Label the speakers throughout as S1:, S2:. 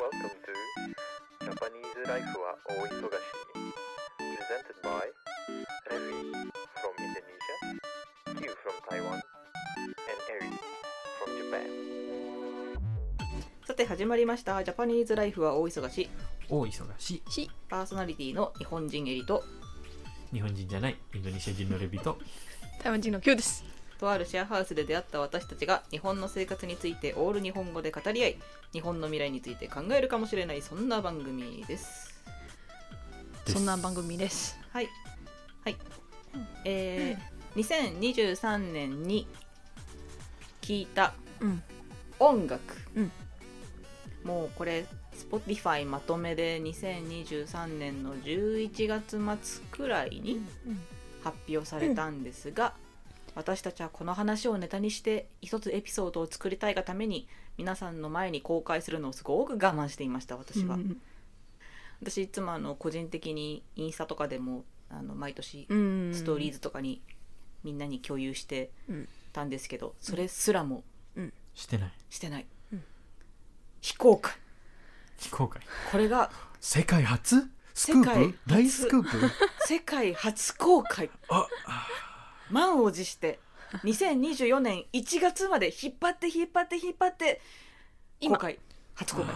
S1: Welcome to Japanese Life は大忙しに Presented by Revi from Indonesia, Q from Taiwan, and Eri from Japan
S2: さて始まりました「ジャパニーズライフは大忙し
S3: 大忙しい」
S2: パーソナリティの日本人エリと
S3: 日本人じゃないインドネシア人のレビと
S4: 台湾人の Q です。
S2: とあるシェアハウスで出会った私たちが日本の生活についてオール日本語で語り合い日本の未来について考えるかもしれないそんな番組です
S3: です
S4: そんな番組です。
S2: はいはいえー、2023年に聞いた
S4: うん。
S2: 音楽、
S4: うん
S2: もうこれ Spotify まとめで2023年の11月末くらいに発表されたんですが、私たちはこの話をネタにして一つエピソードを作りたいがために皆さんの前に公開するのをすごく我慢していました私は、
S4: うん
S2: 私いつもあの個人的にインスタとかでもあの毎年
S4: うん。
S2: ストーリーズとかにみんなに共有して
S4: うん
S2: たんですけど、それすらも
S3: してない
S2: してない、
S4: うん
S2: 非公開
S3: 非公開
S2: これが
S3: 世界初スク
S2: 世界
S3: ー
S2: 初
S3: プ大スクープ
S2: 世界初公開
S3: ああ
S2: 満を持して2024年1月まで引っ張って引っ張って引っ張って今
S4: 今
S2: 回初公開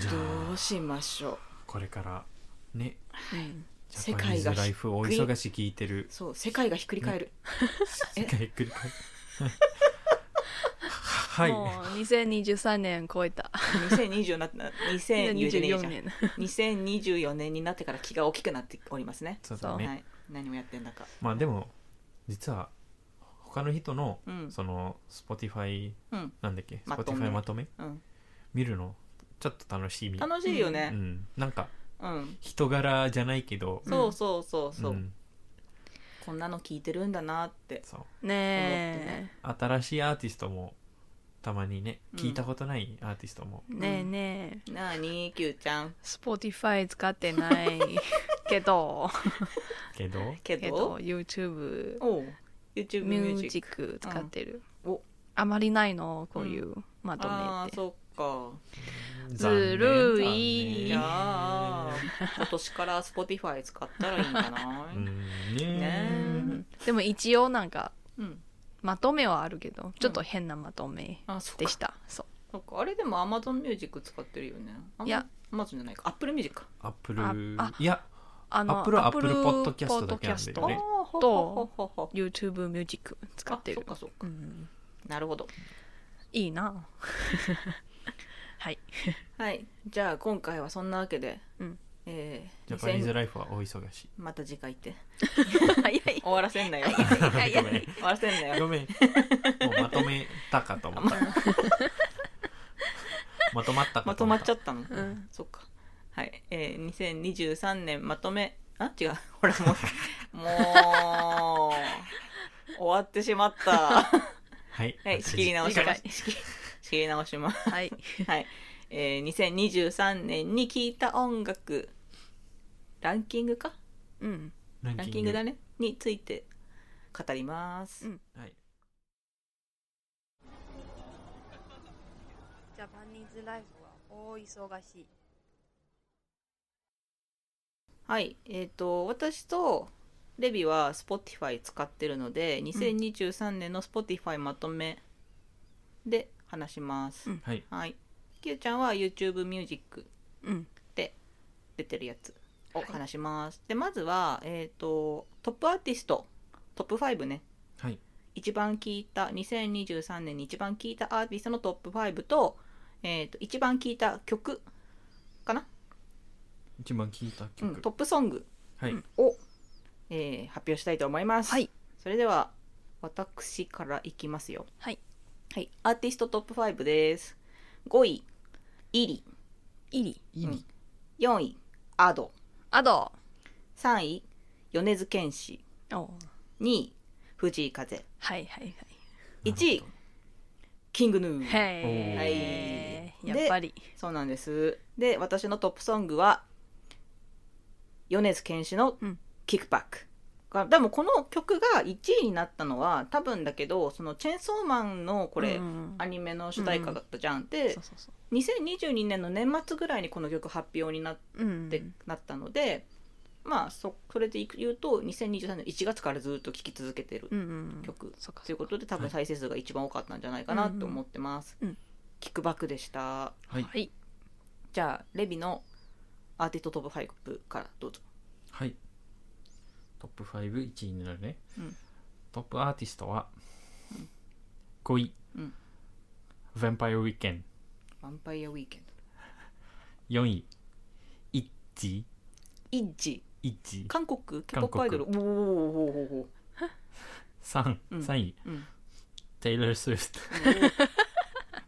S3: じゃ
S2: ど
S3: あ
S2: うしましょう
S3: これからね
S4: うん
S3: ジャパニーズライフ大忙し聞いてる
S2: そう世界がひっくり返る、
S3: 世界繰り返 はい
S4: もう2023年超 えた。
S2: 2020な2024
S4: 2024
S2: 年じ
S4: 年。
S2: ゃん2024年になってから気が大きくなっておりますね
S3: そうだ
S2: は
S3: ね
S2: い、何をやってんだか
S3: まあでも実は他の人の
S2: うん
S3: その Spotify
S2: うん
S3: なんだっけ
S2: まとめ
S3: Spotify まとめ
S2: うん
S3: 見るのちょっと楽しみ
S2: 楽しいよ
S3: う
S2: ね
S3: んなんか
S2: うん、
S3: 人柄じゃないけど
S2: そうそうそうそう、
S3: ん
S2: こんなの聞いてるんだなって
S3: そう
S4: ね
S3: 新しいアーティストもたまにね
S2: うん
S3: 聞いたことないアーティストも、
S4: え。ねえねえ。
S2: なあにきゅうちゃん
S4: Spotify 使ってない けど、
S3: けど
S2: け
S4: けど
S2: ど
S4: YouTube、
S2: おう YouTube
S4: ミ
S2: ミュ
S4: ュ
S2: ー
S4: ー
S2: ジ
S4: ジ
S2: ック
S4: ック使ってる。
S2: お
S4: あまりないの、こういうまと
S2: あ
S4: め
S2: あ
S4: て。
S2: そっか
S4: ずるい
S2: い
S3: 残念
S2: やー今年から Spotify 使ったらいいんじゃな
S3: う
S2: い、
S3: ん
S2: ね
S3: ね
S4: う
S2: ー
S4: んでも一応なんか、
S2: うん、
S4: まとめはあるけど、ちょっと変なまとめ
S2: あそっ
S4: で
S2: か
S4: した。そ
S2: そっかあれでも Amazon ミュージック使ってるよね
S4: いや
S2: Amazon じゃないか Apple ミュージックか
S3: アップル
S4: ああ
S3: いや
S4: う。あ
S3: アップルは
S4: Apple
S3: Apple Podcast だけなんだよね
S4: Podcast
S3: あれ
S2: あーほ
S4: と
S2: ほほほ
S4: YouTube ミュージック使ってる
S2: あそっかそっか
S4: うん、
S2: なるほど
S4: いいなはい
S2: はいじゃあ今回はそんなわけで、
S4: うん
S2: え
S3: ジ
S2: ー、
S3: ャパニーズ
S2: 2000
S3: ライフは大忙し
S2: また次回行って
S4: 早い
S2: 終わらせんなよ
S4: 早 い
S3: ごめん
S2: 終わらせんなよ
S3: ごめんもうまとめたかと 思ったまとまった
S2: ま
S3: かと
S2: と
S3: 思
S2: まっ
S3: っ
S2: ちゃ
S3: た
S2: ったの、
S4: ん
S2: そっかはいえー、2023年まとめあ違う ほらもうもう終わってしまった
S3: はい
S2: はい仕切り直します仕切仕切り直します
S4: はい
S2: はい、えー、2023年に聴いた音楽ランキングか
S4: うん
S3: ラン
S2: ランキングだねについて語ります、
S4: うん
S3: はい
S5: ジャパニーズライフは大忙しい。
S2: はいえっ、と私とレビは Spotify 使ってるので2023年の Spotify まとめで話します、
S4: うん
S3: はい
S2: はいきゅうちゃんは YouTube ミュージック
S4: うん
S2: 出てるやつを
S4: はい
S2: 話します、でまずはえっ、とトップアーティストトップ5ね
S3: はい
S2: 一番聞いた2023年に一番聞いたアーティストのトップ5と,、えー、と一番聞いた曲かな、
S3: 一番聞いた
S2: う
S3: 曲、
S2: ん、トップソング
S3: はい、
S2: を、えー発表したいと思います、
S4: はい
S2: それでは私からいきますよ
S4: はい、
S2: はい、アーティストトップ5です5位イリ
S4: イリ
S3: いいね
S2: 4位アド
S4: アド
S2: 3位米津玄師
S4: お
S2: 2位藤井風
S4: はいはい
S2: 1位キングヌー
S4: はいへ
S2: お
S4: い
S2: ー
S4: やっぱり
S2: そうなんです。で、私のトップソングは、米津玄師の
S4: うん
S2: キックバック。がでもこの曲が1位になったのは多分だけどそのチェーンソーマンのこ
S4: こ
S2: れ、
S4: うんうん
S2: アニメの主題歌だったじゃん、で
S4: そうそうそ
S2: 2022年の年末ぐらいにこの曲発表になっ
S4: う、うん
S2: て、なったのでまあそそれで言うと2023年1月からずっと聴き続けてる
S4: うんうん、
S2: 曲、
S4: そうか
S2: ということで多分再生数が一番多かったんじゃないかなと思ってます、
S4: うんうん
S2: キックバックでした
S3: はい
S4: はい
S2: じゃあレビのアーティストトップ5からどうぞ
S3: はいトップ51位になるね、
S2: うん
S3: トップアーティストは5位、
S2: うん
S3: ヴァンパイアウィーケン
S2: ヴァンパイアウィーケンド
S3: ド4位イッチ
S2: イッジ
S3: イッチ
S2: 韓国ケポッ
S3: 韓国
S2: プアイドルおーおーおーおーおー
S3: 3
S2: うん
S3: 位、
S2: うん
S3: テイラー・スウィフト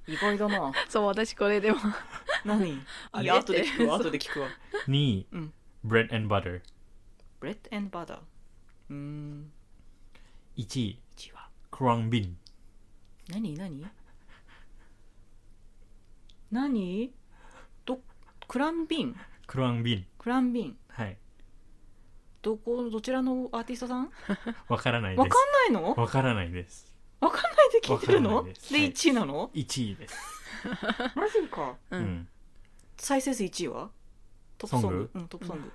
S2: 意外だな
S4: そう私これでも
S2: 何い
S4: あれ
S2: や後で聞くわ後で聞くわ
S3: 2位、
S2: うん
S3: ブレッド・ン・バター
S2: ブレッドバターうーん
S3: 1位
S2: 1は
S3: クロン・ビン
S2: 何何何どクランビン
S3: クロン・ビン
S2: クランビン
S3: はい
S2: どこどちらのアーティストさん
S3: わからないで
S2: わかん
S3: す
S2: ないの
S3: わからないです
S2: わかんないで聞いてる
S3: わ
S2: の
S3: かんな
S2: で
S3: いですはい
S2: 1位なの
S3: 1位です、
S2: マジか
S4: う、
S3: うんん、
S2: 再生数1位はトップソング
S3: ソング
S2: うんトップソング、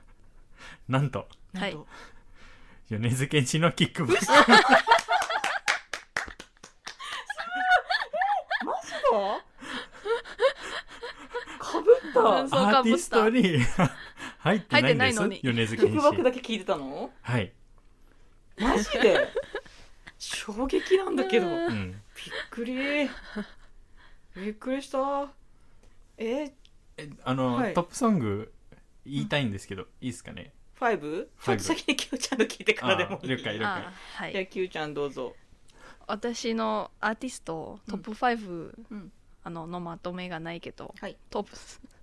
S3: なんと
S2: なんと
S3: 米津玄師のキックバック
S2: マジかかぶ った
S4: そう
S3: アーティストに 入ってないんです
S4: 入ってない
S3: 米津
S2: キッ
S3: 玄
S2: クバック
S3: 師
S2: だけ聞いてたの
S3: はい、
S2: マジで衝撃なんだけどびっ
S3: うん、
S2: くりびっくりしたえ
S3: えあの、
S2: はい
S3: トップソング言いたいんですけど、いいですかね
S2: ファイブちょっと先にキューちゃんの聞いてからでもいい
S3: あー了解了
S4: あは
S2: じゃ
S4: い
S2: あキューちゃんどうぞ
S4: 私のアーティストトップ5、
S2: うん
S4: あののまとめがないけど、
S2: はい
S4: トップ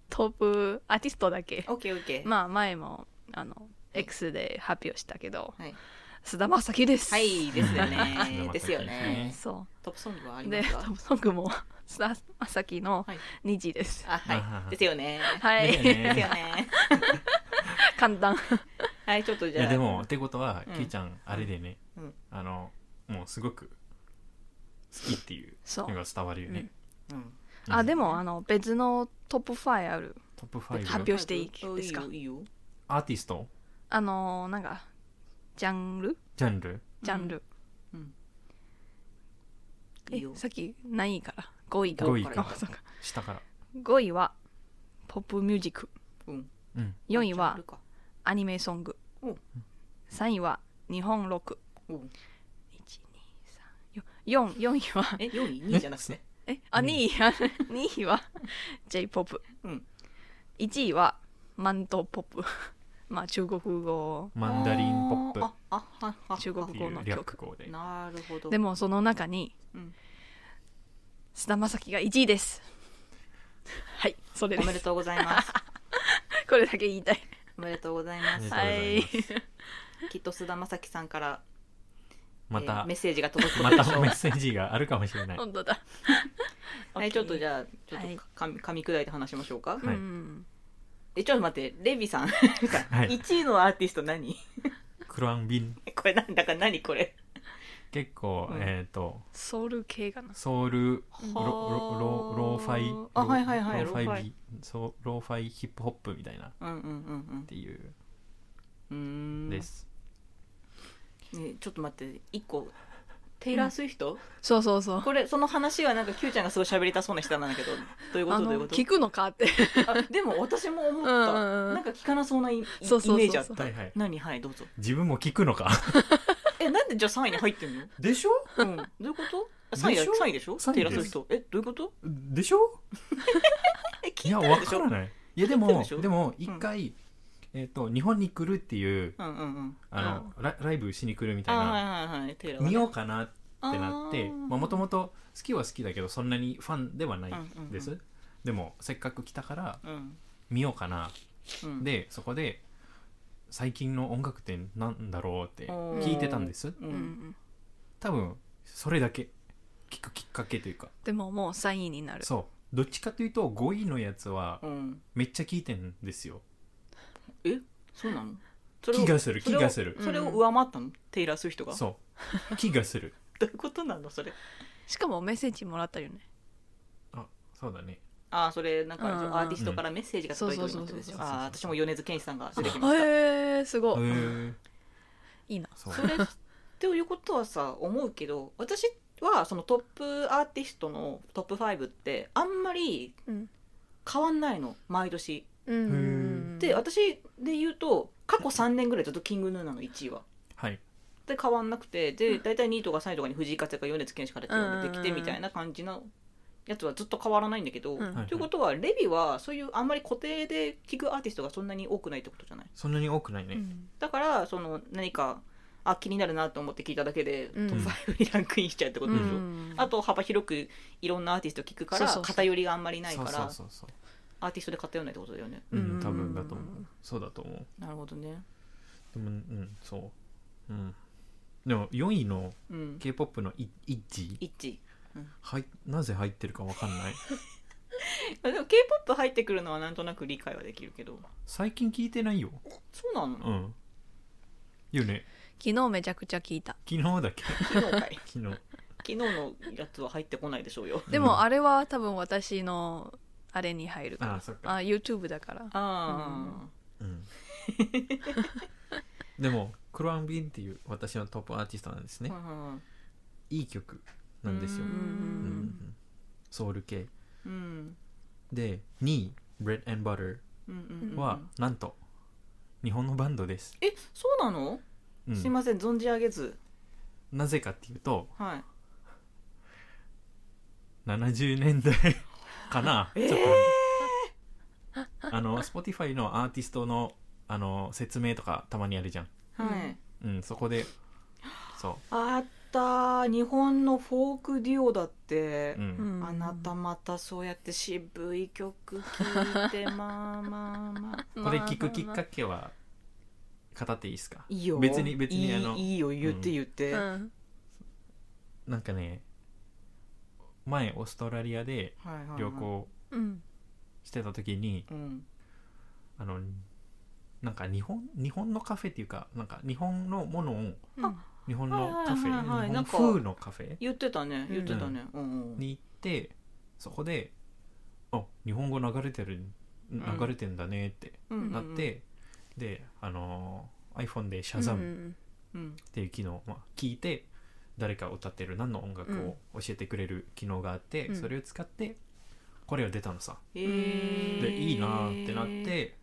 S4: トップアーティストだけ
S2: オッケーオッケー
S4: まあ前もあの X で発表したけど
S2: はい
S4: 菅、田将暉です
S2: はいですよね
S3: うん
S2: ですよ
S3: ね
S2: ね
S4: そ
S2: トップソングはあ
S4: う
S2: りま
S4: ですト
S2: か
S4: ップソング も菅田将暉の
S2: はい
S4: 2時です
S2: あ
S3: あ
S2: はい
S3: ー
S2: ですよね
S4: は
S3: です
S4: い、
S3: よ
S2: で
S3: ね
S2: すよね
S4: 簡単
S2: はいちょっと
S3: い
S2: じゃあ
S3: やでもってことは、
S2: うん
S3: キューちゃんあれでね、
S2: うん
S3: あのもうすごく好きっていう
S4: そう
S3: のが伝わるよね、
S2: うん
S4: あで
S3: も
S4: もあの別のトップ5ある
S3: トップ5
S4: 発表していいですか
S2: いいよいいよ
S3: アーティスト
S4: あのなんかジャンル
S3: ジャンル
S4: ジャンル、
S2: いいよ
S4: えさっき何位から5位から
S3: 5位から
S4: あそうか
S3: 下から
S4: 5位はポップミュージック
S2: うん
S3: うん
S4: 4位
S2: ジャン
S4: は
S2: ルか
S4: アニメソング
S2: うん
S4: 3位は日本ロック
S2: うん
S4: 4位は
S2: え4位2位じゃなくて
S4: えあ
S3: うん
S4: 2位や2 位は j p o p
S2: うん
S4: 1位はマントポップ まあ中国語
S3: マンダリンポップ
S2: あああああ
S4: 中国
S3: っ
S4: 語
S3: ていう略語で
S2: なるほど
S4: でもその中に
S2: うん
S4: 菅田将暉が1位ですはいそれで
S2: おめですとうございます
S4: これだけ言いたい
S2: おめでとうございます
S4: は
S3: あり
S4: い
S3: がとうございます
S2: きっと菅田将暉さんから
S3: ま
S2: えー
S3: た
S2: メッセージが届くこ
S3: ま
S2: とで
S3: た
S2: しょう
S3: メッセージがあるかもしれない
S4: 本当だ
S2: はいちょっとじ
S4: ゃ
S2: ゃあちょっと
S4: はい
S2: かみ噛み砕いて話しましょうか
S4: う
S3: はい
S4: ん
S2: えちょっと待ってレビさん
S3: はい
S2: 1位のアーティスト何
S3: クランビン
S2: これなんだか何これ
S3: 結構、
S2: うん
S3: えっ、と
S4: ソウル系かな
S3: ソウル
S2: うん
S3: ロロロローファイ
S2: あ
S3: ロ
S2: はいはいはい
S3: ローフ
S2: ローフ
S3: ァ
S2: ァ
S3: イ
S2: イ
S3: ビそうローファイヒップホップみたいなっ
S2: うんうんうん
S3: ていう
S2: うんうーん
S3: です、
S2: ねちょっと待って一個テイラー・スウィフト、
S4: そうそうそう
S2: これその話はなんか Q ちゃんがすごい喋りたそうな人なんだけどどういうこ
S4: あ
S2: とどういう
S4: の
S2: こと
S4: 聞くのかって
S2: あでも私も思った、
S4: うんうんうん
S2: なんか聞かなそうなイイイメ
S4: そうそうそうそう
S2: ージあった
S3: はいはい
S2: 何はいどうぞ
S3: 自分も聞くのか
S2: えなんでじゃあ3位に入ってんの
S3: でしょ
S2: うんどういうことあ3位
S3: でしょ
S2: 3位でしょ
S3: 三位
S2: テイラー・
S3: です
S2: スウィフトえどういうこと
S3: でしょ
S2: え聞
S3: い
S2: い
S3: や
S2: たん
S3: わ
S2: でし
S3: か
S2: ょ
S3: らないいやで
S2: 聞いた
S3: も
S2: でしょ
S3: でも一回、えっ、と日本に来るっていう
S2: うんうんうん
S3: あの、ラライブしに来るみたいな、
S2: あーはいはいはいテイラーはね
S3: 見ようかなってなって
S2: あー
S3: もともと好きは好きだけどそんなにファンではないです、
S2: う
S3: でもせっかく来たから
S2: うん
S3: 見ようかな、
S2: うん
S3: でそこで最近の音楽ってなんだろうって
S2: おー
S3: 聞いてたんです
S2: う
S4: うんん
S3: 多分それだけ聞くきっかけというか
S4: でももう3位になる
S3: そうどっちかというと5位のやつは
S2: うん
S3: めっちゃ聞いてんですよ
S2: そうなのそれを
S3: 気がする
S2: それを
S3: 気がする
S2: それを上回ったのテイラー・スウィフトが
S3: そう気がする
S2: どういうことなのそれ
S4: しかもメッセージもらったよね
S3: あそうだね
S2: ああそれなんか
S4: うんうんうん
S2: アーティストからメッセージが届いてるのってことですよ
S3: そうそうそうそう
S2: ああ私も米津玄師さんが出てきました
S4: へえす
S3: へ
S4: ごい、
S3: え
S4: いいな
S3: そう
S2: それっていうことはさ思うけど私はそのトップアーティストのトップ5ってあんまり
S4: うん
S2: 変わんないの毎年
S4: うんうんうん
S2: で私で言うと過去3年ぐらいずっとキングヌーなの1位は
S3: はい
S2: で変わんなくてで大体2位とか3位とかに藤井風が米津玄師から手を出てきて
S4: うんうんうん
S2: みたいな感じのやつはずっと変わらないんだけど、
S4: うん
S3: はい
S2: ということはレビはそういうあんまり固定で聴くアーティストがそんなに多くないってことじゃない
S3: そんなに多くないうね、
S4: ん
S2: だからその何かあ気になるなと思って聞いただけで、
S4: うん
S2: トップ5にランクインしちゃうってことでしょ、
S4: うん
S2: あと幅広くいろんなアーティスト聞くから
S4: そうそうそう
S2: 偏りがあんまりない
S3: そ
S2: から
S3: うそうそうそう
S2: アーティストで偏らないってことだよね
S3: うん
S4: うん
S3: 多分だと思うそうだと思う
S2: なるほどね
S3: でもうんそううんでも4位の
S2: うん
S3: k p o p のイイッジ
S2: 一
S3: はいなぜ入ってるかわかんない
S2: でも k p o p 入ってくるのはなんとなく理解はできるけど
S3: 最近聞いてないよ
S2: そうなの
S3: うんよね
S4: 昨日めちゃくちゃ聞いた
S3: 昨日だっけ
S2: 昨日かい
S3: 昨日
S2: 昨日のやつは入ってこないでしょうよ
S4: で
S3: うん
S4: もあれは多分私のあれに入るから
S3: あそっ
S4: あ
S3: か
S4: YouTube だから
S2: あ
S3: うんでもクロアンビンっていう私のトップアーティストなんです
S2: あ、
S3: ね
S2: うん
S3: いい曲なんですよ
S2: う
S4: うんん
S3: うんうんうんソウル系
S2: うん
S3: で2位 Bread and Butter
S2: うんうんうん
S3: はなんと日本のバンドです、
S2: えそうなの、
S3: うん
S2: すいません存じ上げず
S3: なぜかっていうと
S2: はい
S3: 70年代かな、
S2: えー
S3: ちょっとあの Spotify のアーティストのあの説明とかたまにあるじゃん、
S2: はい、
S4: うん
S3: うん、そこでそ
S2: あったー日本のフォークデュオだって、
S3: う、うん
S4: うん
S2: あなたまたそうやって渋い曲聴いてまあまあまあ
S3: これ聞くきっかけは語っていいですか
S2: いいよ
S3: 別に別に
S2: いい
S3: あの
S2: いいよ言って言って、
S4: う
S2: はい
S4: ん
S3: なんかね前オーストラリアで
S2: はいはい
S3: 旅行
S4: うん
S3: してた時に
S2: うん
S3: あのなんか日本日本のカフェっていうかなんか日本のものを
S4: うん
S3: 日本のカフェ、
S2: はいはいはいはい
S3: 日
S2: な
S3: 本
S2: んか
S3: 風のカフェ
S2: 言ってたね
S4: うん
S2: 言ってたねうんうん
S3: に行ってそこで「あ日本語流れてる
S2: ん
S3: 流れてんだね」って
S2: うん
S3: なって、であのー iPhone で「シャザ
S4: う
S3: ム
S4: ん
S2: うん
S3: っていう機能を、まあ、聞いて誰か歌ってる何の音楽を教えてくれる機能があって、
S4: うん
S3: それを使ってこれが出たのさ。
S2: えー
S3: でいいなーってなって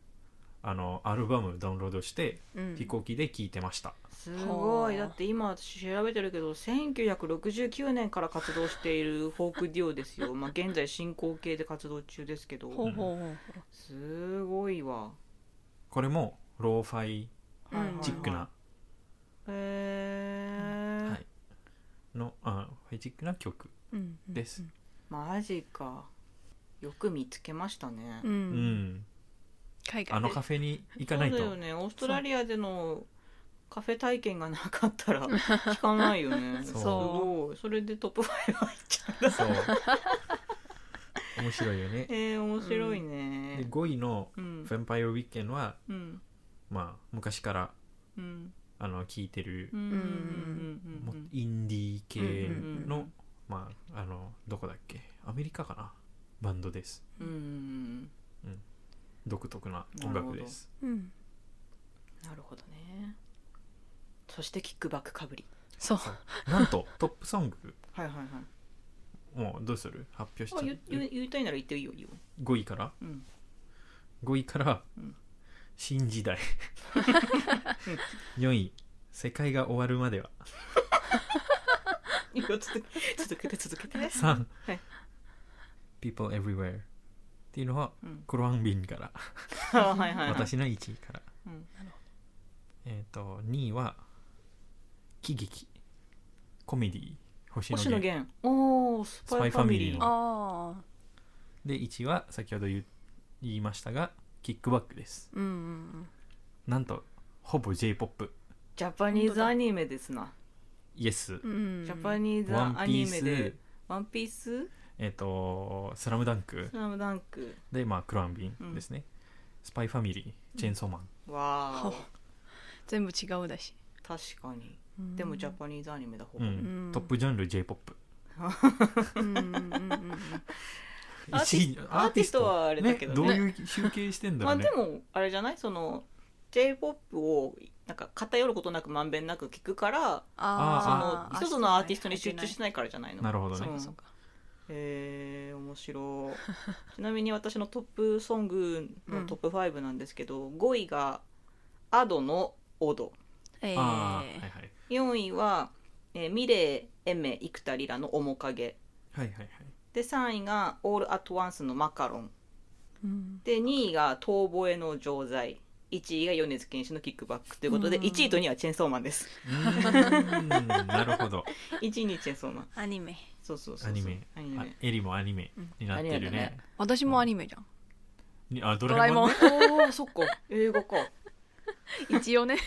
S3: あのアルバムダウンロードして
S4: うん
S3: 飛行機で聴いてました、
S2: すごい
S4: は
S2: だ
S4: あ
S2: って今私調べてるけど1969年から活動しているフォークデュオです よまあ現在進行形で活動中ですけ
S4: ほう
S2: ど
S4: ほうほうほう
S2: すごいわ
S3: これもローファイ
S4: うん
S2: はいはいはい
S3: チックな、
S2: へ
S3: は
S2: え
S3: いのあファイチックな曲
S4: うんうん
S3: です
S2: マジかよく見つけましたね
S4: うん
S3: うん、
S4: 海外
S3: あの
S4: で
S3: カフェに行
S2: そ
S3: か
S2: う
S3: な
S2: だ
S3: いと
S2: よねオーストラリアでのカフェ体験がなかったら 聞かないよね
S3: そう
S2: すごいそれでトップ5入っちゃうんだ
S3: そう面白いよね
S2: えー、面白い
S3: で
S2: ね
S3: 5位の
S2: う
S3: 「
S2: ん
S3: ヴァンパイア・ウィーケンドは」
S2: うん
S3: まあ昔から
S2: うん
S3: あの聴いてる
S2: うんうんうんう
S3: も
S2: ん
S3: インディー系の、
S2: うんうんうん
S3: まああのどこだっけアメリカかなバンドです
S2: うんうん
S3: 独特な音楽です
S4: うん
S2: なるほどねそしてキックバックかぶり
S4: そう
S3: なんとトップソング
S2: はいはいはい
S3: もうどうする発表し
S2: あ
S3: ちゃ
S2: 言言
S3: う
S2: 言いたいなら言っていいよいいよ
S3: 5位から
S2: うん
S3: 5位から、
S2: うん
S3: 新 時代4位世界が終わるまではい
S2: いよ続け続けて続けて
S3: 3、
S2: はい
S3: People Everywhere っていうのは
S2: うん
S3: コロアンビンから
S2: あはいはいはい
S3: 私の1位から、
S2: うん
S3: えっ、と2位は喜劇コメディ星
S2: 星
S3: 野
S2: 野
S3: 源
S2: 源おおスパイファミリー
S3: スパイファミリーの
S4: ああ
S3: で1位は先ほど言う言いましたがキックバックです
S4: うんうん
S3: なんとほぼ j p o p
S2: ジャパニーズアニメですな
S3: イエス
S4: うんうん
S2: ジャパニーズ
S3: ワン
S2: ア
S3: ピ
S2: ニ
S3: ー
S2: メ
S3: ス
S2: でワンピース
S3: えっ、と「スラムダンク
S2: スラムダンク
S3: でまあクロアンビンですね、スパイファミリーチェーンソーマン、
S2: わーお
S4: 全部違うだし
S2: 確かにでもジャパニーズアニメだほ
S3: う
S2: ぼ、
S3: ん
S4: うん
S3: トップジャンル J-POP
S4: うんうんうんうんうん
S2: アーティス
S3: 一義
S2: アーティストはあれだけどね
S3: ねどういう集計してんだ
S2: まあ
S3: ろうね
S2: でもあれじゃないその j p o p をなんか偏ることなくまんべんなく聞くからその
S4: あー
S2: 一つのアーティストに集中してないからじゃないの
S3: なるほどね
S2: そう
S4: そうか
S2: えー、面白いちなみに私のトップソングのトップ5なんですけど、5位が Ado の「オド
S4: えー
S3: あーはいはい」
S2: 4位は、えーミレー・エメ・イクタリラの「面影
S3: はいはいはい」
S2: で3位が「オール・アット・ワンス」の「マカロン
S4: うん」
S2: で2位が「遠吠えの錠剤」1位が米津玄師の「キックバック」ということで
S4: うん
S2: 1位と2位はチェンソーマンです
S3: うーんなるほど
S2: 1位にチェンソーマン
S4: アニメ
S2: そうそう そうそう
S3: アニメ
S2: アニメ
S3: あエリもアニメになってるね
S4: 私もアニメじゃん
S3: にあド
S4: ドラ
S3: ラ
S4: え
S3: えも
S4: も
S3: ん
S4: ん
S3: ね
S2: おーそっか映画か
S4: 一応ね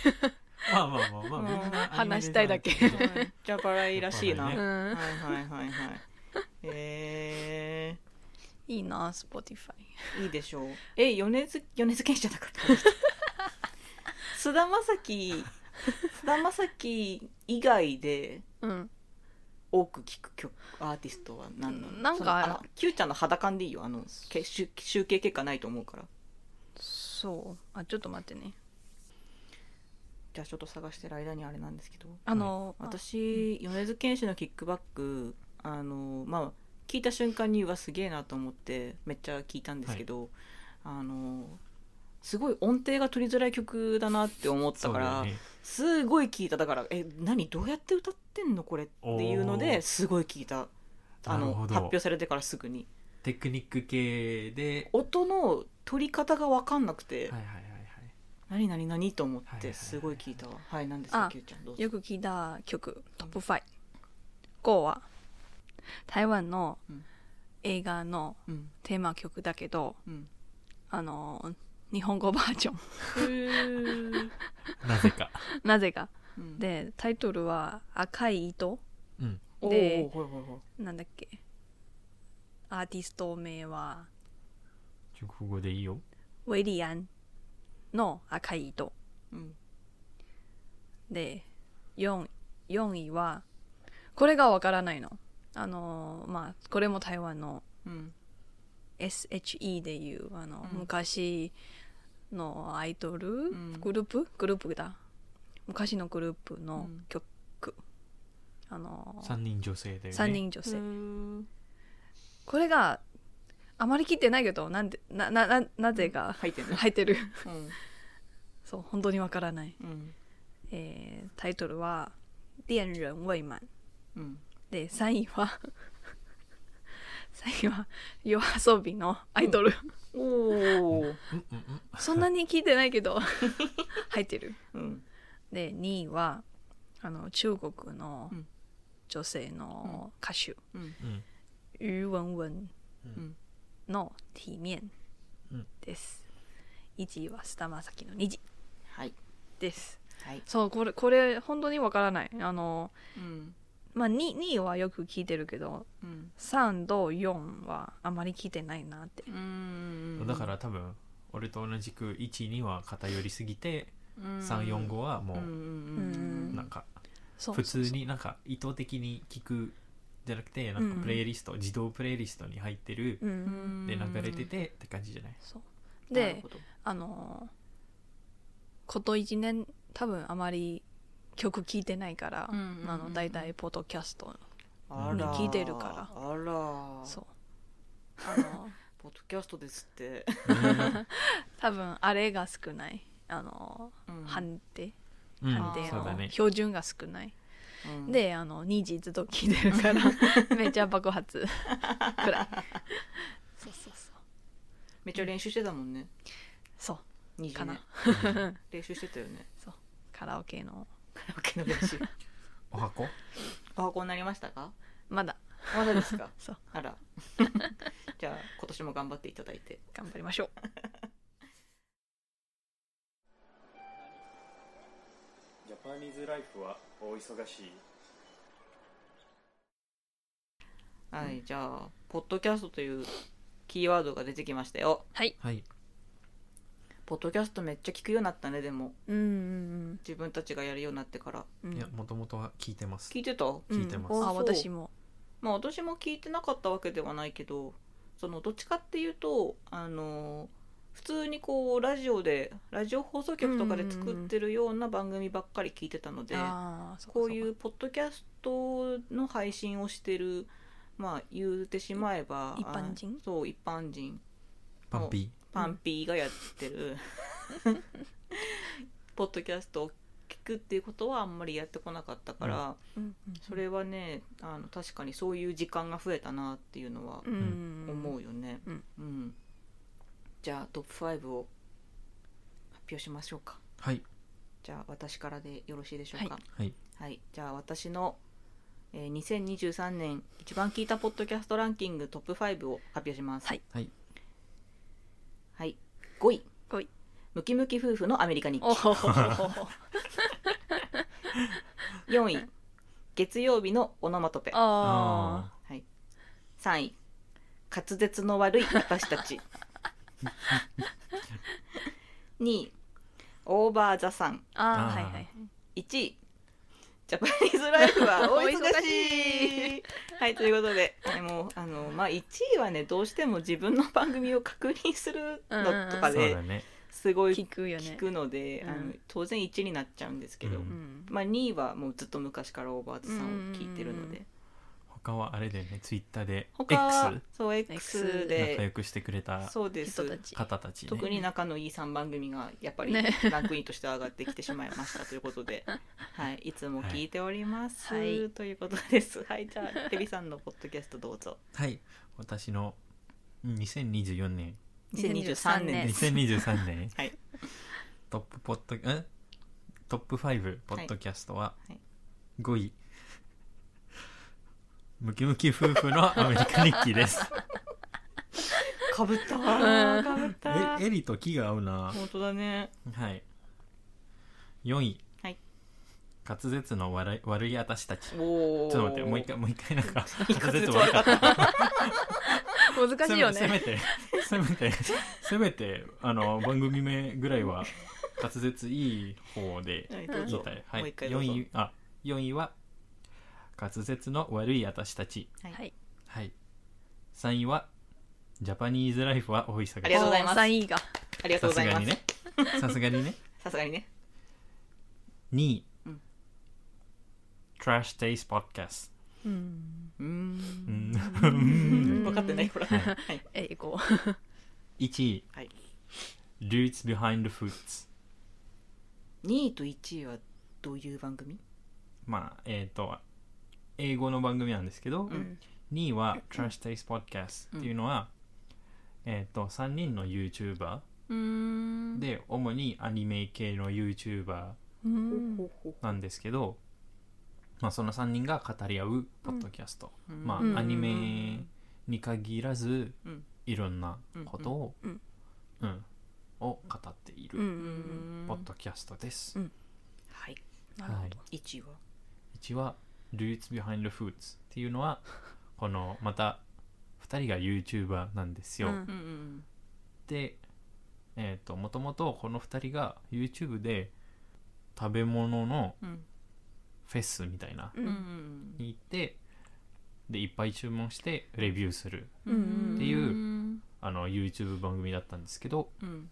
S3: まあまあまあまあみんなアニメだ
S4: 話したいだけ
S2: じゃばらいらしいな、
S3: やっぱりね
S4: う
S2: はい
S4: ん
S2: はいはいはい。え
S4: いいな Spotify
S2: ー、いいでしょう。え、米津、米津玄師じゃなかった。 菅田将暉、菅田将暉以外で
S4: うん
S2: 多く聞く曲、アーティストは何なの
S4: なん
S2: そ
S4: か
S2: のあの、Q ちゃんの裸感でいいよ。あの、け集集計結果ないと思うから。
S4: そうあちょっと待ってね
S2: じゃあちょっと探してる間にあれなんですけど。
S4: あの
S2: 私、米津玄師のキックバック、あの、まあ、聞いた瞬間にうわすげえなと思ってめっちゃ聞いたんですけど、あのすごい音程が取りづらい曲だなって思った
S3: そう
S2: か
S3: だ
S2: ら、
S3: よね
S2: すごい聞いただから「え何どうやって歌ってんのこれ」っていうの
S3: お
S2: で
S3: ー
S2: すごい聞いたあ
S3: なる
S2: の
S3: ほ
S2: 発
S3: ど
S2: 表されてからすぐに
S3: テクニック系で
S2: 音の取り方が分かんなくて「
S3: はいはいはいはい
S2: 何何何?」と思
S3: は
S2: っ
S3: いはい
S2: て
S3: はい
S2: すごい聞いたわはい何ですか
S4: あ
S2: キューちゃんどうぞ
S4: よく聞いた曲トップ5 5は台湾の
S2: うん
S4: 映画の
S2: うん
S4: テーマ曲だけど
S2: うん
S4: あの日本語バージョン
S3: なぜか
S4: なぜか
S2: うん
S4: でタイトルは「赤い糸
S3: うん
S2: おー
S4: で
S2: ほいほいほい」
S4: なんだっけアーティスト名は
S3: 中国語でいいよ
S4: ウェリアンの「赤い糸
S2: うん」
S4: で 4, 4位はこれがわからないのあのまあこれも台湾の
S2: うん、
S4: SHE でいうあの、
S2: うん
S4: 昔のアイドル、
S2: ん
S4: グループグループだ昔のグループの
S2: うん
S4: 曲、あの
S3: 三人女性で
S4: 3人女性、
S2: うん
S4: これがあまり聞いてないけどなんでななななぜか
S2: 入ってんの、
S4: 入ってる
S2: うん
S4: そう本当にわからない、
S2: うん
S4: えータイトルは「恋人未満
S2: うん」
S4: で3位は3位は夜遊びのアイドル、
S2: おお、
S3: うんうんうん
S4: そんなに聞いてない けど入ってる
S2: うん、
S4: で2位はあの中国の
S2: うん
S4: 女性の歌手、
S3: うん
S4: 余文文
S2: ん
S4: の「体面
S3: うん」
S4: です、1位は菅田将暉の2時
S2: はい
S4: です
S2: はい、
S4: そうこれこれ本当にわからないあの
S2: うん
S4: まあ 2, 2位はよく聞いてるけど
S2: うん
S4: 3と4はあまり聞いてないなって
S2: うん
S3: だから多分俺と同じく12は偏りすぎて345はも
S2: うんう
S3: うんなんか
S4: そう
S3: 普通になんか意図的に聞くじゃなくてな
S4: うん
S3: ん
S4: うん
S3: かプレイリスト自動プレイリストに入ってる
S4: う
S2: うんうんん
S3: で流れててって感じじゃない
S4: そう
S2: な
S4: で
S2: るほど
S4: あのこと1年多分あまり曲聴いてないから、
S2: うんうんうんうん
S4: あの大体ポッドキャスト
S2: あら
S4: 聞いてるから
S2: あら
S4: そうあ の
S2: ポッドキャストですって
S4: 多分あれが少ないあの、判定
S3: うん
S4: 判定
S3: そうだ
S4: の
S3: ね
S4: 標準が少ない、
S2: うん
S4: であの2時ずっと聴いてるから めっちゃ爆発くらいそうそうそう
S2: めっちゃ練習してたもんね
S4: そう
S2: 二時
S4: か
S2: ね
S4: な
S2: 練習してたよね
S4: カラオケの
S2: カラオケの練 習
S3: お箱
S2: お箱になりましたか
S4: まだ
S2: まだですか
S4: そう
S2: あらじゃあ今年も頑張っていただいて
S4: 頑張りましょう
S1: ジャパニーズライフは大忙しい
S2: はいじゃあポッドキャストというキーワードが出てきましたよ
S4: はい
S3: はい
S2: ポッドキャストめっちゃ聞くようになったねでも
S4: うんうん
S2: 自分たちがやるようになってから
S4: うんうん
S3: いやもともとは聞いてます
S2: 聞いてた
S3: 聞いてます
S4: うん
S2: あ
S4: あ
S2: そう
S4: 私も
S2: まあ私も聞いてなかったわけではないけどそのどっちかっていうとあの普通にこうラジオでラジオ放送局とかで作ってるような番組ばっかり聞いてたので、
S4: ああそか
S2: こ
S4: そう
S2: いうポッドキャストの配信をしてるまあ言うてしまえば
S4: い一般人
S2: あそう一般人
S3: パンピ
S2: パンピーがやってる、 ポッドキャストを聞くっていうことはあんまりやってこなかったから、
S4: ううんうん
S2: それはねあの確かにそういう時間が増えたなっていうのは
S4: うん
S2: 思
S4: う
S2: うよね、
S4: うん
S2: うんじゃあトップ5を発表しましょうか
S3: ーはい
S2: じゃあ私からでよろしいでしょうか
S4: は
S3: はい
S2: はい、じゃあ私の、えー2023年一番聞いたポッドキャストランキングトップ5を発表します
S4: はい
S3: はい
S2: はい、5位
S4: 五位
S2: ムキムキ夫婦のアメリカ日記
S4: お ほほほほ
S2: 4位月曜日のオノマトペ
S4: あ
S2: はい、3位滑舌の悪い私たち2位オーバー・ザ・さん
S4: ーあ
S3: あー
S4: ーはいはい
S2: 1位ジャパニーズライフはお忙
S4: お忙
S2: しいはいということでえもうあの、まあ、1位はねどうしても自分の番組を確認するのと
S3: あ
S2: か
S4: ん
S3: そう
S2: で
S3: だね
S2: すごい
S4: 聞くよ
S2: 聞
S4: ね
S2: くので、
S4: うん
S2: あの当然1位になっちゃうんですけど、
S3: うん
S4: うん
S2: まあ、2位はもうずっと昔からオーバーズさんを聞いてるので。
S3: 他はあれだよねツイッターで
S2: 他
S3: X
S2: そう
S4: X
S2: X
S3: 仲良
S2: で
S3: くしてくれた
S2: そうです
S4: 人たち
S3: 方たちね
S2: 特に仲のいい3番組がやっぱり
S4: ね
S2: ランクインとして上がってきてしまいましたということ で、はい、いつも聞いております、
S4: はい
S2: ということですはいじゃあテビさんのポッドキャストどうぞ
S3: はい私のうん2024年
S2: 2023年です
S3: 2023年
S2: はい
S3: トップポッドんトップ5ポッドキャストは
S2: はい
S3: 5位、ムキムキ夫婦のアメリカ日記です
S2: かぶったわーかぶったわー
S3: えエリと気が合うな
S2: 本当だね
S3: はい4位、
S2: はい
S3: 滑舌の悪い悪い私たちちょ
S2: おお
S3: っと待ってもう一回もう一回なんか 滑舌悪
S2: 悪
S3: か
S2: か
S3: っ
S2: ったた
S4: 難しいよ
S3: せめ
S4: ね
S3: てせめてせめてあの番組名ぐらいは滑舌いい方で
S2: はいどう
S3: 言い
S2: ぞ
S3: たい、は
S2: もう
S3: い
S2: 一、回ど
S3: 4
S2: うぞ
S3: 位あ4位は滑舌の悪い私たち、
S4: はい
S3: はい、3位はジャパニーズライフは大忙
S2: ありがとうございます
S4: 3位が
S2: ありがとうご
S3: さす
S2: ざい
S3: が
S2: ま
S3: に
S2: す
S3: ねさすがにね
S2: さすがにね
S3: 2位、
S2: うん
S3: トラッシュテイスポッドキャス
S4: うん
S2: うー
S3: ト
S2: ん
S3: 1
S2: 分かってないほら、はい、
S4: え行こ
S3: 位、
S2: はい、
S3: Roots Behind Foods
S2: 2位と1位はどういう番組
S3: まあえっ、と英語の番組なんですけど、
S4: ううん
S3: 2位は Trash Taste Podcast っていうのは、えっ、と3人の YouTuber
S2: うん
S3: で主にアニメ系の YouTuber
S4: うん
S3: なんですけど、まあ、その3人が語り合うポッドキャスト、
S2: うん
S3: ま
S4: うん
S3: あアニメに限らず、
S2: うん
S3: いろんなことを、
S4: うんうん
S3: うんを語っていうる
S4: ん
S3: ポッドキャストです、
S4: うん
S2: はい
S4: なるほど
S2: 1位は
S3: 1は Roots Behind Foods っていうのはこのまた2人が YouTuber なんですよ、
S4: うん
S2: うんうん
S3: で、えー、ともともとこの2人が YouTube で食べ物の
S2: うん
S3: フェスみたいな
S4: う
S2: うんん
S3: に行ってでいっぱい注文してレビューする
S4: うん
S3: っていううんあの YouTube 番組だったんですけど
S2: うん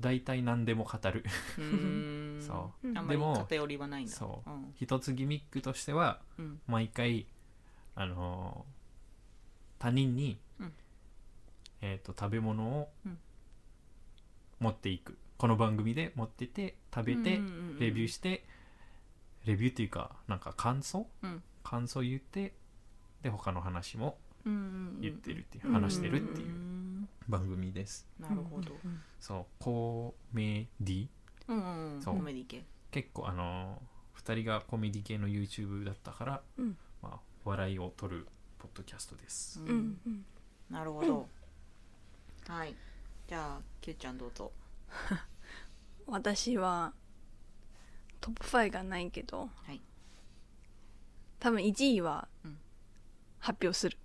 S3: 大体何でも語る
S2: うーん
S3: そ
S4: うん
S2: あんまり
S3: でも
S2: 偏りはないんだ
S3: そうん一つギミックとしては
S2: うん
S3: 毎回あのー他人に、
S2: うん
S3: えー、と食べ物を
S2: うん
S3: 持っていくこの番組で持ってて食べて、
S2: うんうんうんうん
S3: レビューしてレビューっていうかなんか感想、
S2: うん
S3: 感想言ってで他の話も
S2: うんうんうん
S3: 言ってるっていう、
S4: うん
S3: 話してるって
S2: う
S3: いうん番組です、
S2: なるほど
S4: うん
S3: そうコメディ
S2: うんうん
S3: そう
S2: コメディ系
S3: 結構あのー、2人がコメディ系の YouTube だったから、
S4: うん
S3: まあ、笑いを取るポッドキャストです、
S4: うんうんうん
S2: なるほどはいじゃあ Q ちゃんどうぞ
S4: 私はトップ5がないけど、
S2: はい
S4: 多分1位は
S2: うん
S4: 発表する、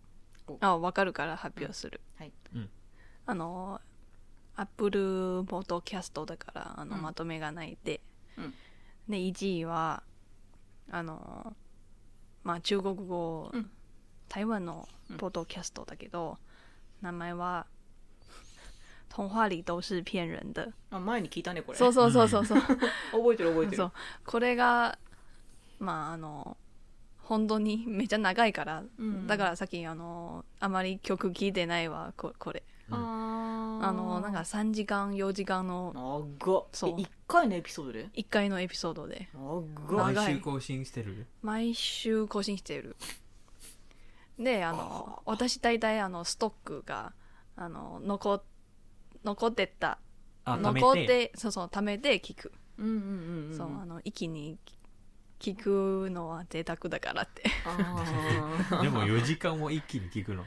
S2: お
S4: あ分かるから発表する、
S2: はい
S3: うん
S4: あのアップルポッドキャストだからあの、
S2: うん
S4: まとめがないで、
S2: うん
S4: で1位はあのまあ中国語、
S2: うん
S4: 台湾のポッドキャストだけど、名 前は「童話里都是骗人的
S2: あ前に聞いたねこ」れ
S4: そうそうそうそうそう
S2: 覚えてる覚えて
S4: そ
S2: る
S4: うこれがまああの本当に めちゃ長いから、
S2: うん
S4: だからさっきあのあまり曲聴いてないわここれ
S2: あー
S4: あのなんか3時間4時間の
S2: 長っ
S4: そう
S2: え一回のエピソードで
S4: 1回のエピソードで
S2: 長っ
S4: 長
S3: 毎
S4: い
S3: 週更新してる
S4: 毎週更新しているであの私大体あのストックがあの残っ残ってった
S3: あ貯め
S4: 残ってそうそう貯めて聞く、
S2: うんうんうんうん
S4: そうあの一気に聞くのは贅沢だからって
S2: あー
S3: でも4時間を一気に聞くの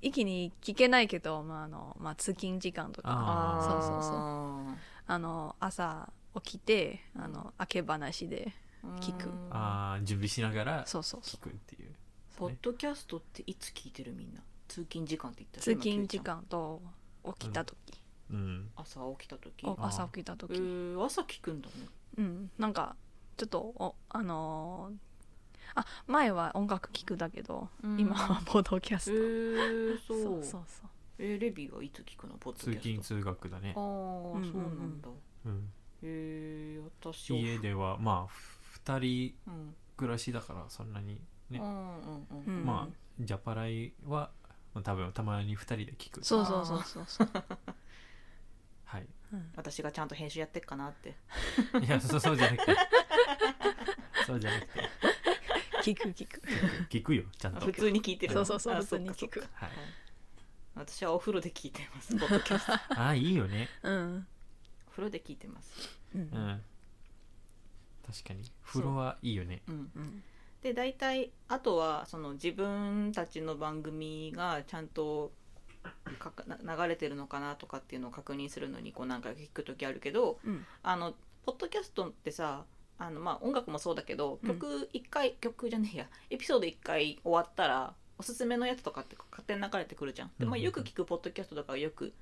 S4: 一気に聞けないけど、まああのまあ、通勤時間とか
S3: あ
S4: そうそうそう
S2: あ
S4: あの朝起きてあの明け話で
S2: ー
S4: 聞く
S2: うん
S3: あー準備しながら
S4: そうそうそ
S3: 聞くっていう
S2: ポッドキャストっていつ聞いてるみんな通勤時間って言った
S4: う
S2: ら
S4: 通勤時間と起きた時、
S3: うん
S2: 朝起きた時
S4: お
S3: あ
S4: 朝起きた時、
S2: えー朝聞くんだね
S4: うん、なんかちょっとおあのーあ前は音楽聴くだけど、
S2: うん
S4: 今はポッドキャ
S2: え
S4: スト、
S2: ー、そう
S4: そうそうそう
S2: えーレビーはいつ聞くのポッドキャ
S3: 通
S2: スト
S3: 勤通学だ
S2: あ
S3: ね
S2: あ、そうなんだ
S3: うん
S2: えー、私は
S3: 家ではまあ2人
S2: うん
S3: 暮らしだからそんなにね
S2: うんうんうん
S4: うん
S3: まあジャパライはまあ多分たまに2人で聞く
S4: そうそうそうそうそう
S3: はい
S2: 私がちゃんと編集やってっかなって
S3: いやそそう じゃなくてそうじゃなくて
S4: 聞く 聞く
S3: 聞くよちゃんと
S2: 普通に聞いてる
S4: そうそうそう
S2: あ
S4: 普通
S2: っ
S4: に
S2: か
S4: 聞く
S2: そっか
S3: はい
S2: 私はお風呂で聞いてますポッ ドキャスト お
S3: ああいいよね
S4: うん、
S2: 風呂で聞いてます
S4: う
S3: うんん確かに風呂はいいよね
S2: うん
S4: うん、
S2: で大体あとはその自分たちの番組がちゃんとかかな流れてるのかなとかっていうのを確認するのにこう何回か聞く時あるけど
S4: うん
S2: あのポッドキャストってさあのまあ音楽もそうだけど
S4: うん
S2: 曲1回、曲じゃねえやエピソード1回終わったらおすすめのやつとかって勝手に流れてくるじゃん。でま
S3: う
S2: あ、
S3: んうんうん
S2: よく聞くポッドキャストだからよく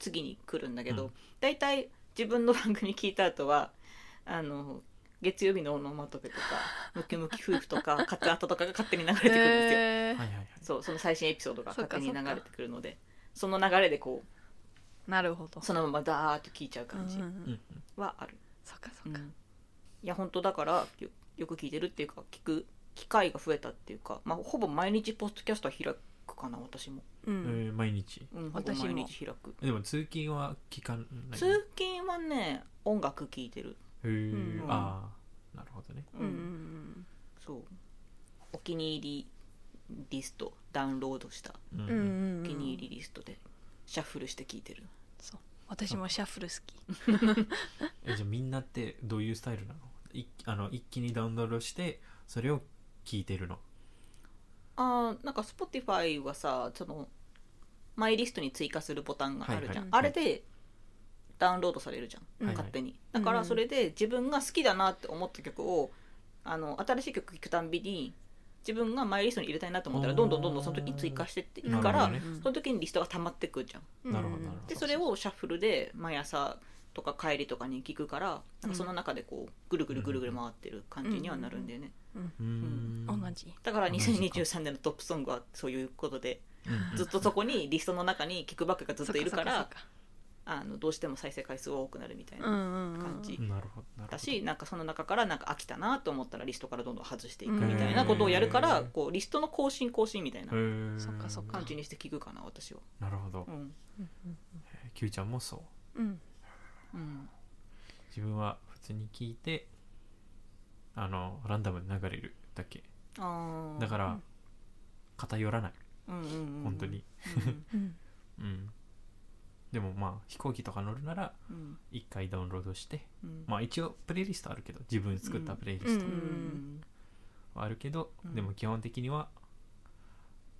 S2: 次に来るんだけ
S3: う
S2: ど
S3: ん
S2: 大体、自分の番組聞いた後はあの月曜日のオノマトペとかムキムキ夫婦と かカツアタとかが勝手に流れてくるんですよ。
S3: は
S4: え
S3: い
S4: ー
S3: はいはい
S2: そうその最新エピソードが
S4: そっ
S2: 勝
S4: か
S2: 手に
S4: そっか
S2: 流れてくるのでその流れでこ
S4: なるほど
S2: うそのままダーッと聞いちゃう感じ
S4: うんうんうん、
S2: はある。
S4: そっかそ
S2: うん
S4: っか、
S2: いや本当だからよよく聞いてるっていうか聞く機会が増えたっていうか、まあ、ほぼ毎日ポッドキャストは開くかな私も、
S4: う
S3: え
S4: ん
S3: ー毎日
S2: うん、ほぼ
S4: 私も
S2: 毎日開く
S3: でも通勤は聞かないへ
S2: 通勤はね音楽聞いてる、
S3: ー
S4: うん
S3: ああなるほどね
S2: うん
S4: うんうんうん
S2: そうお気に入りリストダウンロードした
S3: う
S4: うん
S3: ん
S4: うん
S2: お
S4: うん
S2: 気に入りリストでシャッフルして聞いてる、
S4: そう私もシャッフル好き
S3: えじゃあみんなってどういうスタイルなのいあの一気にダウンロードしてそれを聞いてるの
S2: あーなんか Spotify はさそのマイリストに追加するボタンがあるじゃん、
S3: はいはい
S2: あれでダウンロードされるじゃん、
S3: はい
S2: 勝手に
S4: う
S2: だ
S4: ん
S2: からそれで自分が好きだなって思った曲をあの新しい曲聴くたんびに自分がマイリストに入れたいなと思ったら
S3: おー
S2: どんどんどんどんその時に追加してっていくか
S3: な
S2: ら、
S3: るほど
S4: ね
S2: その時にリストが溜まってくるじゃん
S3: なるほどなるほど
S2: でそれをシャッフルで毎朝とか帰りとかに聞くからなんかその中でこうぐるぐるぐるぐる回ってる感じにはなるんだよね、
S3: うーん
S4: 同じ
S2: だから
S3: 同じか
S2: 2023年のトップソングはそういうことで
S3: うん
S2: ずっとそこにリストの中にキックバックがずっといるから
S4: そっか
S2: あのどうしても再生回数が多くなるみたい
S4: そっかうん
S2: な
S4: うんうん
S2: 感じ
S3: なるほどなるほど
S2: だし、なんかその中からなんか飽きたなと思ったらリストからどんどん外していくみたいなことをやるから
S3: うん
S2: こうリストの更新更新みたいな
S3: へー
S4: そっかそっか
S2: 感じにして聞くかな私は。
S3: なるほど
S2: うん
S4: うんうん
S3: えー Q ちゃんもそう
S4: うん
S2: うん
S3: 自分は普通に聞いてあのランダムに流れるだけ
S2: あー
S3: だから、
S4: うん
S3: 偏らない
S2: うんうんうんうん
S3: 本当に、
S2: うん
S4: うん
S3: うんでもまあ飛行機とか乗るなら
S2: うん
S3: 一回ダウンロードして
S2: うん
S3: まあ一応プレイリストあるけど自分作ったプレイリ
S4: う
S3: ス
S4: ん
S3: ト
S2: うん
S3: はあるけど、
S2: うん
S3: でも基本的には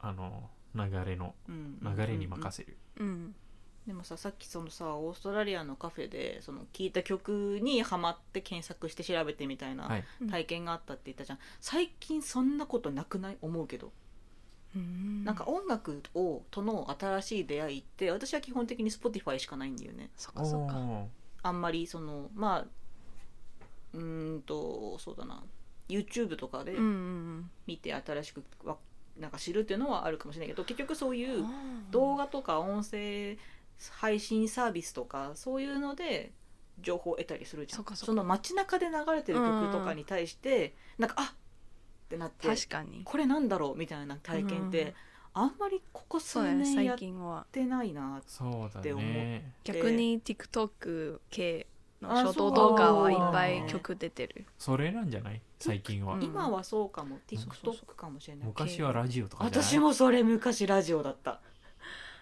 S3: あの流れの
S2: うんうん
S3: 流れに任せる、
S4: うん
S2: でもささっきそのさオーストラリアのカフェでその聞いた曲にハマって検索して調べてみたいな
S3: はい
S4: うん
S2: 体験があったって言ったじゃん、最近そんなことなくない思うけど
S4: うん
S2: なんか音楽をとの新しい出会いって私は基本的に Spotify しかないんだよね
S4: そっか
S3: お
S4: そっか
S3: ー
S2: あんまりそのまあうーんとそうだな YouTube とかで
S4: うんうん
S2: 見て新しくわなんか知るっていうのはあるかもしれないけど結局そういううん動画とか音声配信サービスとかそういうので情報を得たりするじゃん
S4: そっかそっか
S2: の街中で流れてる曲とかに対して、なんかあってなって
S4: 確かに
S2: これなんだろうみたいな体験って、あんまりここ数
S4: そうやね
S2: 年や
S4: 最
S2: っ
S4: 近は
S2: てないな
S3: そうだ
S2: って思
S3: ね
S4: 逆に TikTok 系の
S2: あ
S4: ショート動画はいっぱ
S3: そ
S4: いう曲出てる
S3: それなんじゃない最近は、
S4: うん
S2: 今はそうかも
S3: うん
S2: TikTok かもしれない
S3: 昔はラジオとかじゃない
S2: 私、もそれ昔ラジオだった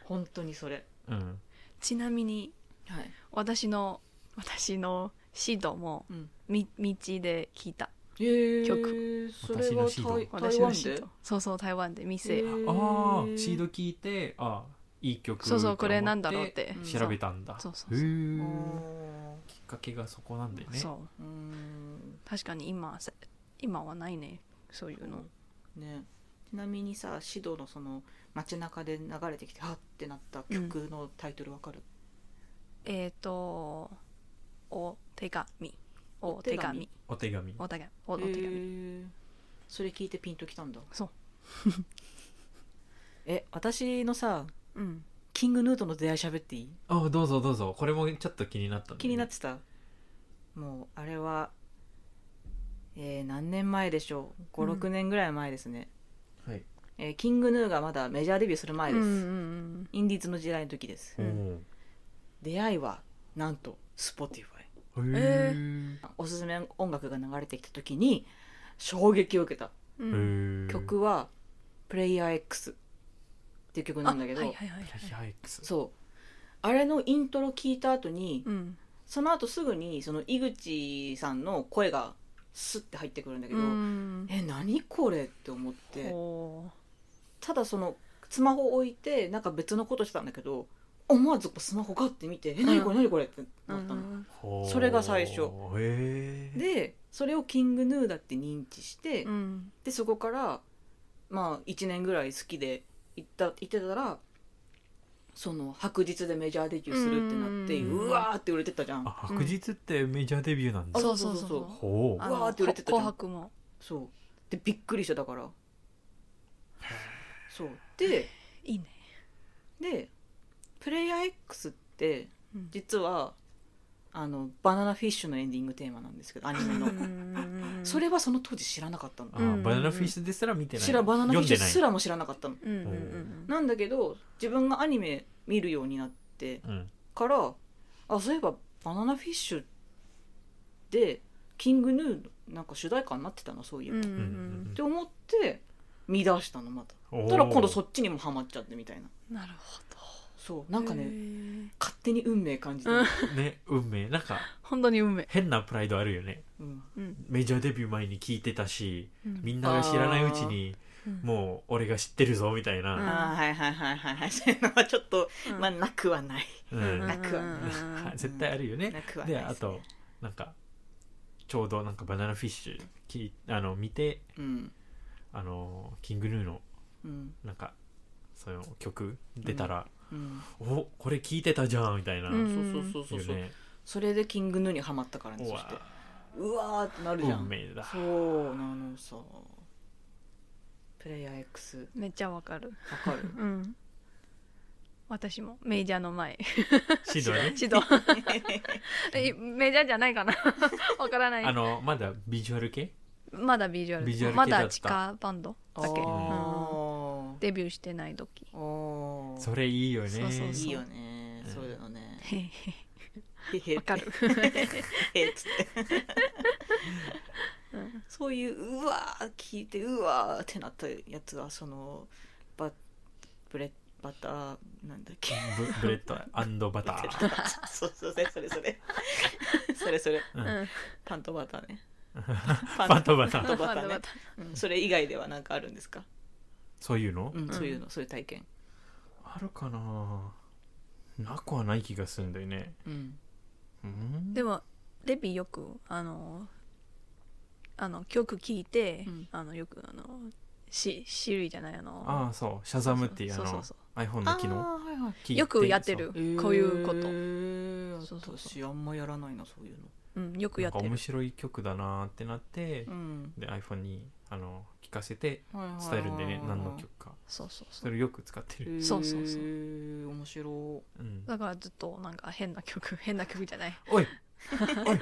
S2: 本当にそれ
S3: うん、
S4: ちなみに
S2: はい
S4: 私の私のシドも
S2: うん
S4: み道で聞いた
S2: えー、
S4: 曲
S2: それは
S3: 私のシー
S2: 台
S4: 私
S2: 台
S4: の
S2: 湾
S4: シー
S2: で
S4: ドそうそう台湾で店、
S2: えー
S3: ああシード聞いてあいい曲
S4: そうそう
S3: と思
S4: これなんだろうって
S2: うん
S3: 調べたんだ
S4: そうそうそう
S3: へ
S2: あ
S3: ー
S2: ー
S3: きっかけがそこなんだよね
S4: そう
S2: うーん
S4: 確かに今せ今はないねそういうの
S2: ねちなみにさシドのその街中で流れてきてあってなった曲のタイトルわかる、
S4: えっ、ー、とお手紙お
S2: お手
S4: 手
S2: 紙
S4: 紙
S3: お手紙
S4: お手紙おお手
S2: え
S4: 紙
S2: ーそれ聞いてピンときたんだ
S4: そう
S2: え私のさ
S4: うん
S2: キングヌーとの出会い喋っていい
S3: あどうぞどうぞこれもちょっと気になったんだよね
S2: 気になってたもうあれはえー何年前でしょう
S4: うん
S2: 56年ぐらい前ですね、
S3: はい
S2: えーキングヌーがまだメジャーデビューする前
S4: う
S2: です、
S4: んうん
S2: インディーズの時代の時です、
S4: うん
S2: 出会いはなんと Spotify
S3: おーへー
S2: おすすめ音楽が流れてきた時に衝撃を受けた
S4: うん
S3: へ
S4: うん
S3: ー
S2: 曲は「プレイヤー x っていう曲なんだけど、
S4: あはいはいはいはい
S3: いや X
S2: そうあれのイントロ聞いた後に、
S4: うん
S2: その後すぐにその井口さんの声がスッて入ってくるんだけど、
S4: うん
S2: え何これって思って
S4: ほ
S2: ただそのスマホ置いてなんか別のことしてたんだけど思わずこうスマホガッて見て「え何これ何これ」って
S4: う
S2: なったの。
S4: ん
S3: ほー
S2: それが最初
S3: へえ
S2: でそれをキングヌーだって認知して、
S4: うん
S2: でそこからまあ1年ぐらい好きで行った行ってたらその白日でメジャーデビューするってなって
S4: うん
S3: うんうん
S2: うわーって売れてったじゃん
S3: あ白日ってメジャーデビューなんだ
S2: あ
S4: そうそうそ
S2: そう
S4: う
S2: そう
S4: そう
S3: ほう
S4: あ
S2: うわー
S4: の
S2: って売れてたじゃん
S4: 紅白も
S2: そうでびっくりしただからそうで
S4: いいね
S2: でプレイヤー X って
S4: うん
S2: 実はあのバナナフィッシュのエンディングテーマなんですけどアニメのそれはその当時知らなかったの
S3: あ
S4: うんうんう
S3: ー
S4: ん
S3: バナナフィッシュですら見てない
S2: 知らバナナフィッシュす
S3: ら
S2: らも知らなかったの
S4: うんうんうん
S2: なんだけど自分がアニメ見るようになって
S3: うん
S2: からあそういえば「バナナフィッシュ」で「キングヌー」なんか主題歌になってたなそういえば、
S4: うんう
S2: っ
S3: うんうん
S4: ん
S2: て思って見出したのまた
S3: うん
S2: たら今度
S3: お
S2: そっちにもハマっちゃってみたいな
S4: うんなるほど
S2: そうなんか
S4: へ
S2: ね
S4: ー
S2: 勝手に運命感じてる
S4: うん
S3: ーね運命なんか
S4: 本当に運命
S3: 変なプライドあるよね
S2: うん
S4: うん
S3: メジャーデビュー前に聞いてたし
S4: うん
S3: みんなが知らないうちに
S4: うん
S3: もう俺が知ってるぞみたいな、
S2: ああはいはいはいはいはいそういうのはちょっと、
S4: うん
S2: まあなくはない
S3: うん
S4: うん
S2: なくはな
S4: うん
S3: はい絶対あるよね
S2: なくはないで
S3: で
S2: すね
S3: あとなんかちょうどなんかバナナフィッシュきあの見て
S2: うん
S3: あのキングヌーの
S2: うん
S3: なんかその曲出たら、
S2: うん
S3: おこれ聞いてたじゃんみたいな、
S4: うん
S2: そうそうそうそうそう、
S3: よね
S2: それでキングヌーにはまったからね
S3: う
S2: そ
S3: わ
S2: してうわーってなるじゃん
S3: 運命だ
S2: そうなのさプレイヤー X わ
S4: めっちゃわかる
S2: か る
S4: うん私もメジャーの前
S3: シドね
S4: シ ドえメジャーじゃないかなわからな
S3: あ
S4: い
S3: のまだビジュアル系
S4: まだビジュアル
S3: ビジュアル系だ
S4: ま
S3: った
S4: だ地下バンドだけ、
S2: あ
S4: うん
S2: ー
S4: デビューしてない時
S2: あー
S3: それいいよね
S4: そうそう
S2: い
S4: そ
S2: いよね
S3: うん
S2: そういうのね
S4: へへ
S2: へ へ
S4: わかる
S2: へへっつってそういううわー聞いてうわーってなったやつはそのバブレバターなんだっ け
S3: ブブレッドバター
S2: そうそうそれそれそ れそれそれ
S3: うん
S4: うん
S2: パンとバターね
S3: パンとバタ
S2: パンと
S3: ー
S2: バター
S4: パンとバ
S2: ね
S4: タ
S2: うんそれ以外では何かあるんですか
S3: そういうの、
S2: うん
S4: ん
S2: そういうのそういう体験
S3: あるかななくはない気がするんだよね
S2: うん
S3: うん
S4: でもレビよくあのあの曲聴いて、
S2: うん
S4: あのよくあのしシリじゃないあの
S3: ああそうシャザムっていうあ
S4: そうそう
S3: の
S4: そう
S3: iPhone の機
S2: あ
S3: 能
S2: ーはいはい
S3: 聞い
S4: よくやって
S3: そう
S4: るこういうこと
S2: と
S4: そうそうそ
S2: 私あんまやらないなそういうの
S4: うん、よく
S3: な
S4: や
S3: ん
S4: っ
S3: か
S4: てる
S3: 面白い曲だなーってなって、
S2: うん
S3: で iPhone にあの聞かせて
S2: はいはいはい
S3: 伝えるんでね何の曲か
S4: そうそうそ
S3: そうれよく使ってる、
S4: そうそうそう
S2: へー面白
S3: うん、
S4: だからずっとなんか変な曲 変な曲じゃない
S3: おいおい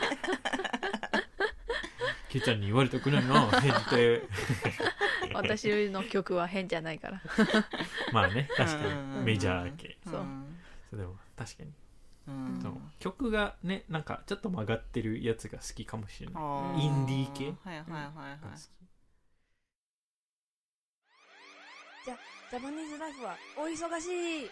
S3: ケイちゃんに言われたくない な変って
S4: 私の曲は変じゃないから
S3: まあね確か
S2: うん
S3: にメジャー系
S2: い
S4: そうん
S3: そうでも確か
S2: う
S3: に、
S2: ん
S3: そう曲がねなんかちょっと曲がってるやつが好きかもしれない
S2: あー
S3: インディー系
S2: はいはいはいはい
S3: が好き
S5: ジャパニーズライフはお忙しい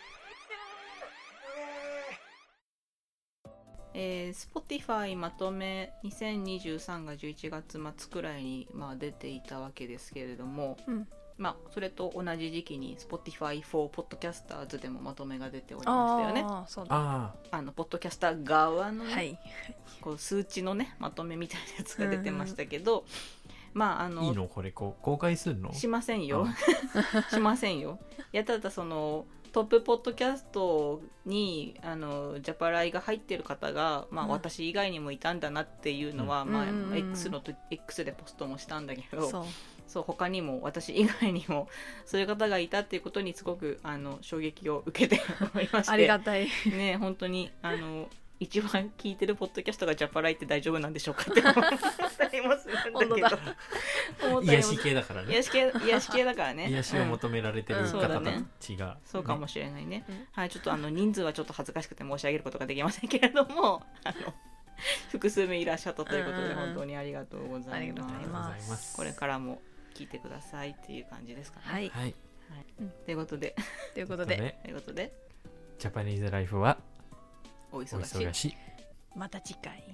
S2: えー、Spotify まとめ2023が11月末くらいに、まあ、出ていたわけですけれども、
S4: うん
S2: まあ、それと同じ時期に Spotify for Podcasters でもまとめが出ておりましたよね
S4: ああそうだ
S3: あ
S2: あのポッドキャスター側のね、
S4: はい
S2: こう数値のねまとめみたいなやつが出てましたけど、まああ
S3: あ
S2: の
S3: いいのこれこう公開するの
S2: しませんよ しませんよいやただそのトップポッドキャストにあのジャパライが入ってる方が、まあ
S4: うん
S2: 私以外にもいたんだなっていうのは、
S4: うん
S2: まあ
S4: うんうんうん
S2: X のと X でポストもしたんだけど
S4: そう
S2: そう他にも私以外にもそういう方がいたっていうことにすごくあの衝撃を受けておりまして
S4: ありがたい
S2: ね本当にあの一番聞いてるポッドキャストがジャパライって大丈夫なんでしょうかって思ったりもするんだけ
S4: 本当だ
S2: ど思ったり
S3: 癒
S2: もす
S3: し
S2: る
S3: 系だからね
S2: 癒し系癒し系だからね
S3: 癒しを求められてる
S4: うん
S2: そうだ
S3: 方
S2: ね
S3: たちが
S2: そうか
S3: ね
S2: もしれないね。
S4: うん
S2: はい、ちょっとあの人数はちょっと恥ずかしくて申し上げることができませんけれども、あの複数名いらっしゃったということ
S4: うんうん
S2: で
S4: うん
S2: 本当にありがとうございま
S4: ありがとうご
S2: す。
S4: ざい
S3: ありがとうございます
S2: これからも聞いてくださいっていう感じですかね。
S4: はい
S3: はい
S2: ということで、
S4: ということとで
S2: ということで
S3: ジャパニーズライフは
S2: お
S3: お
S2: 忙しい
S3: 忙。しい
S4: また次回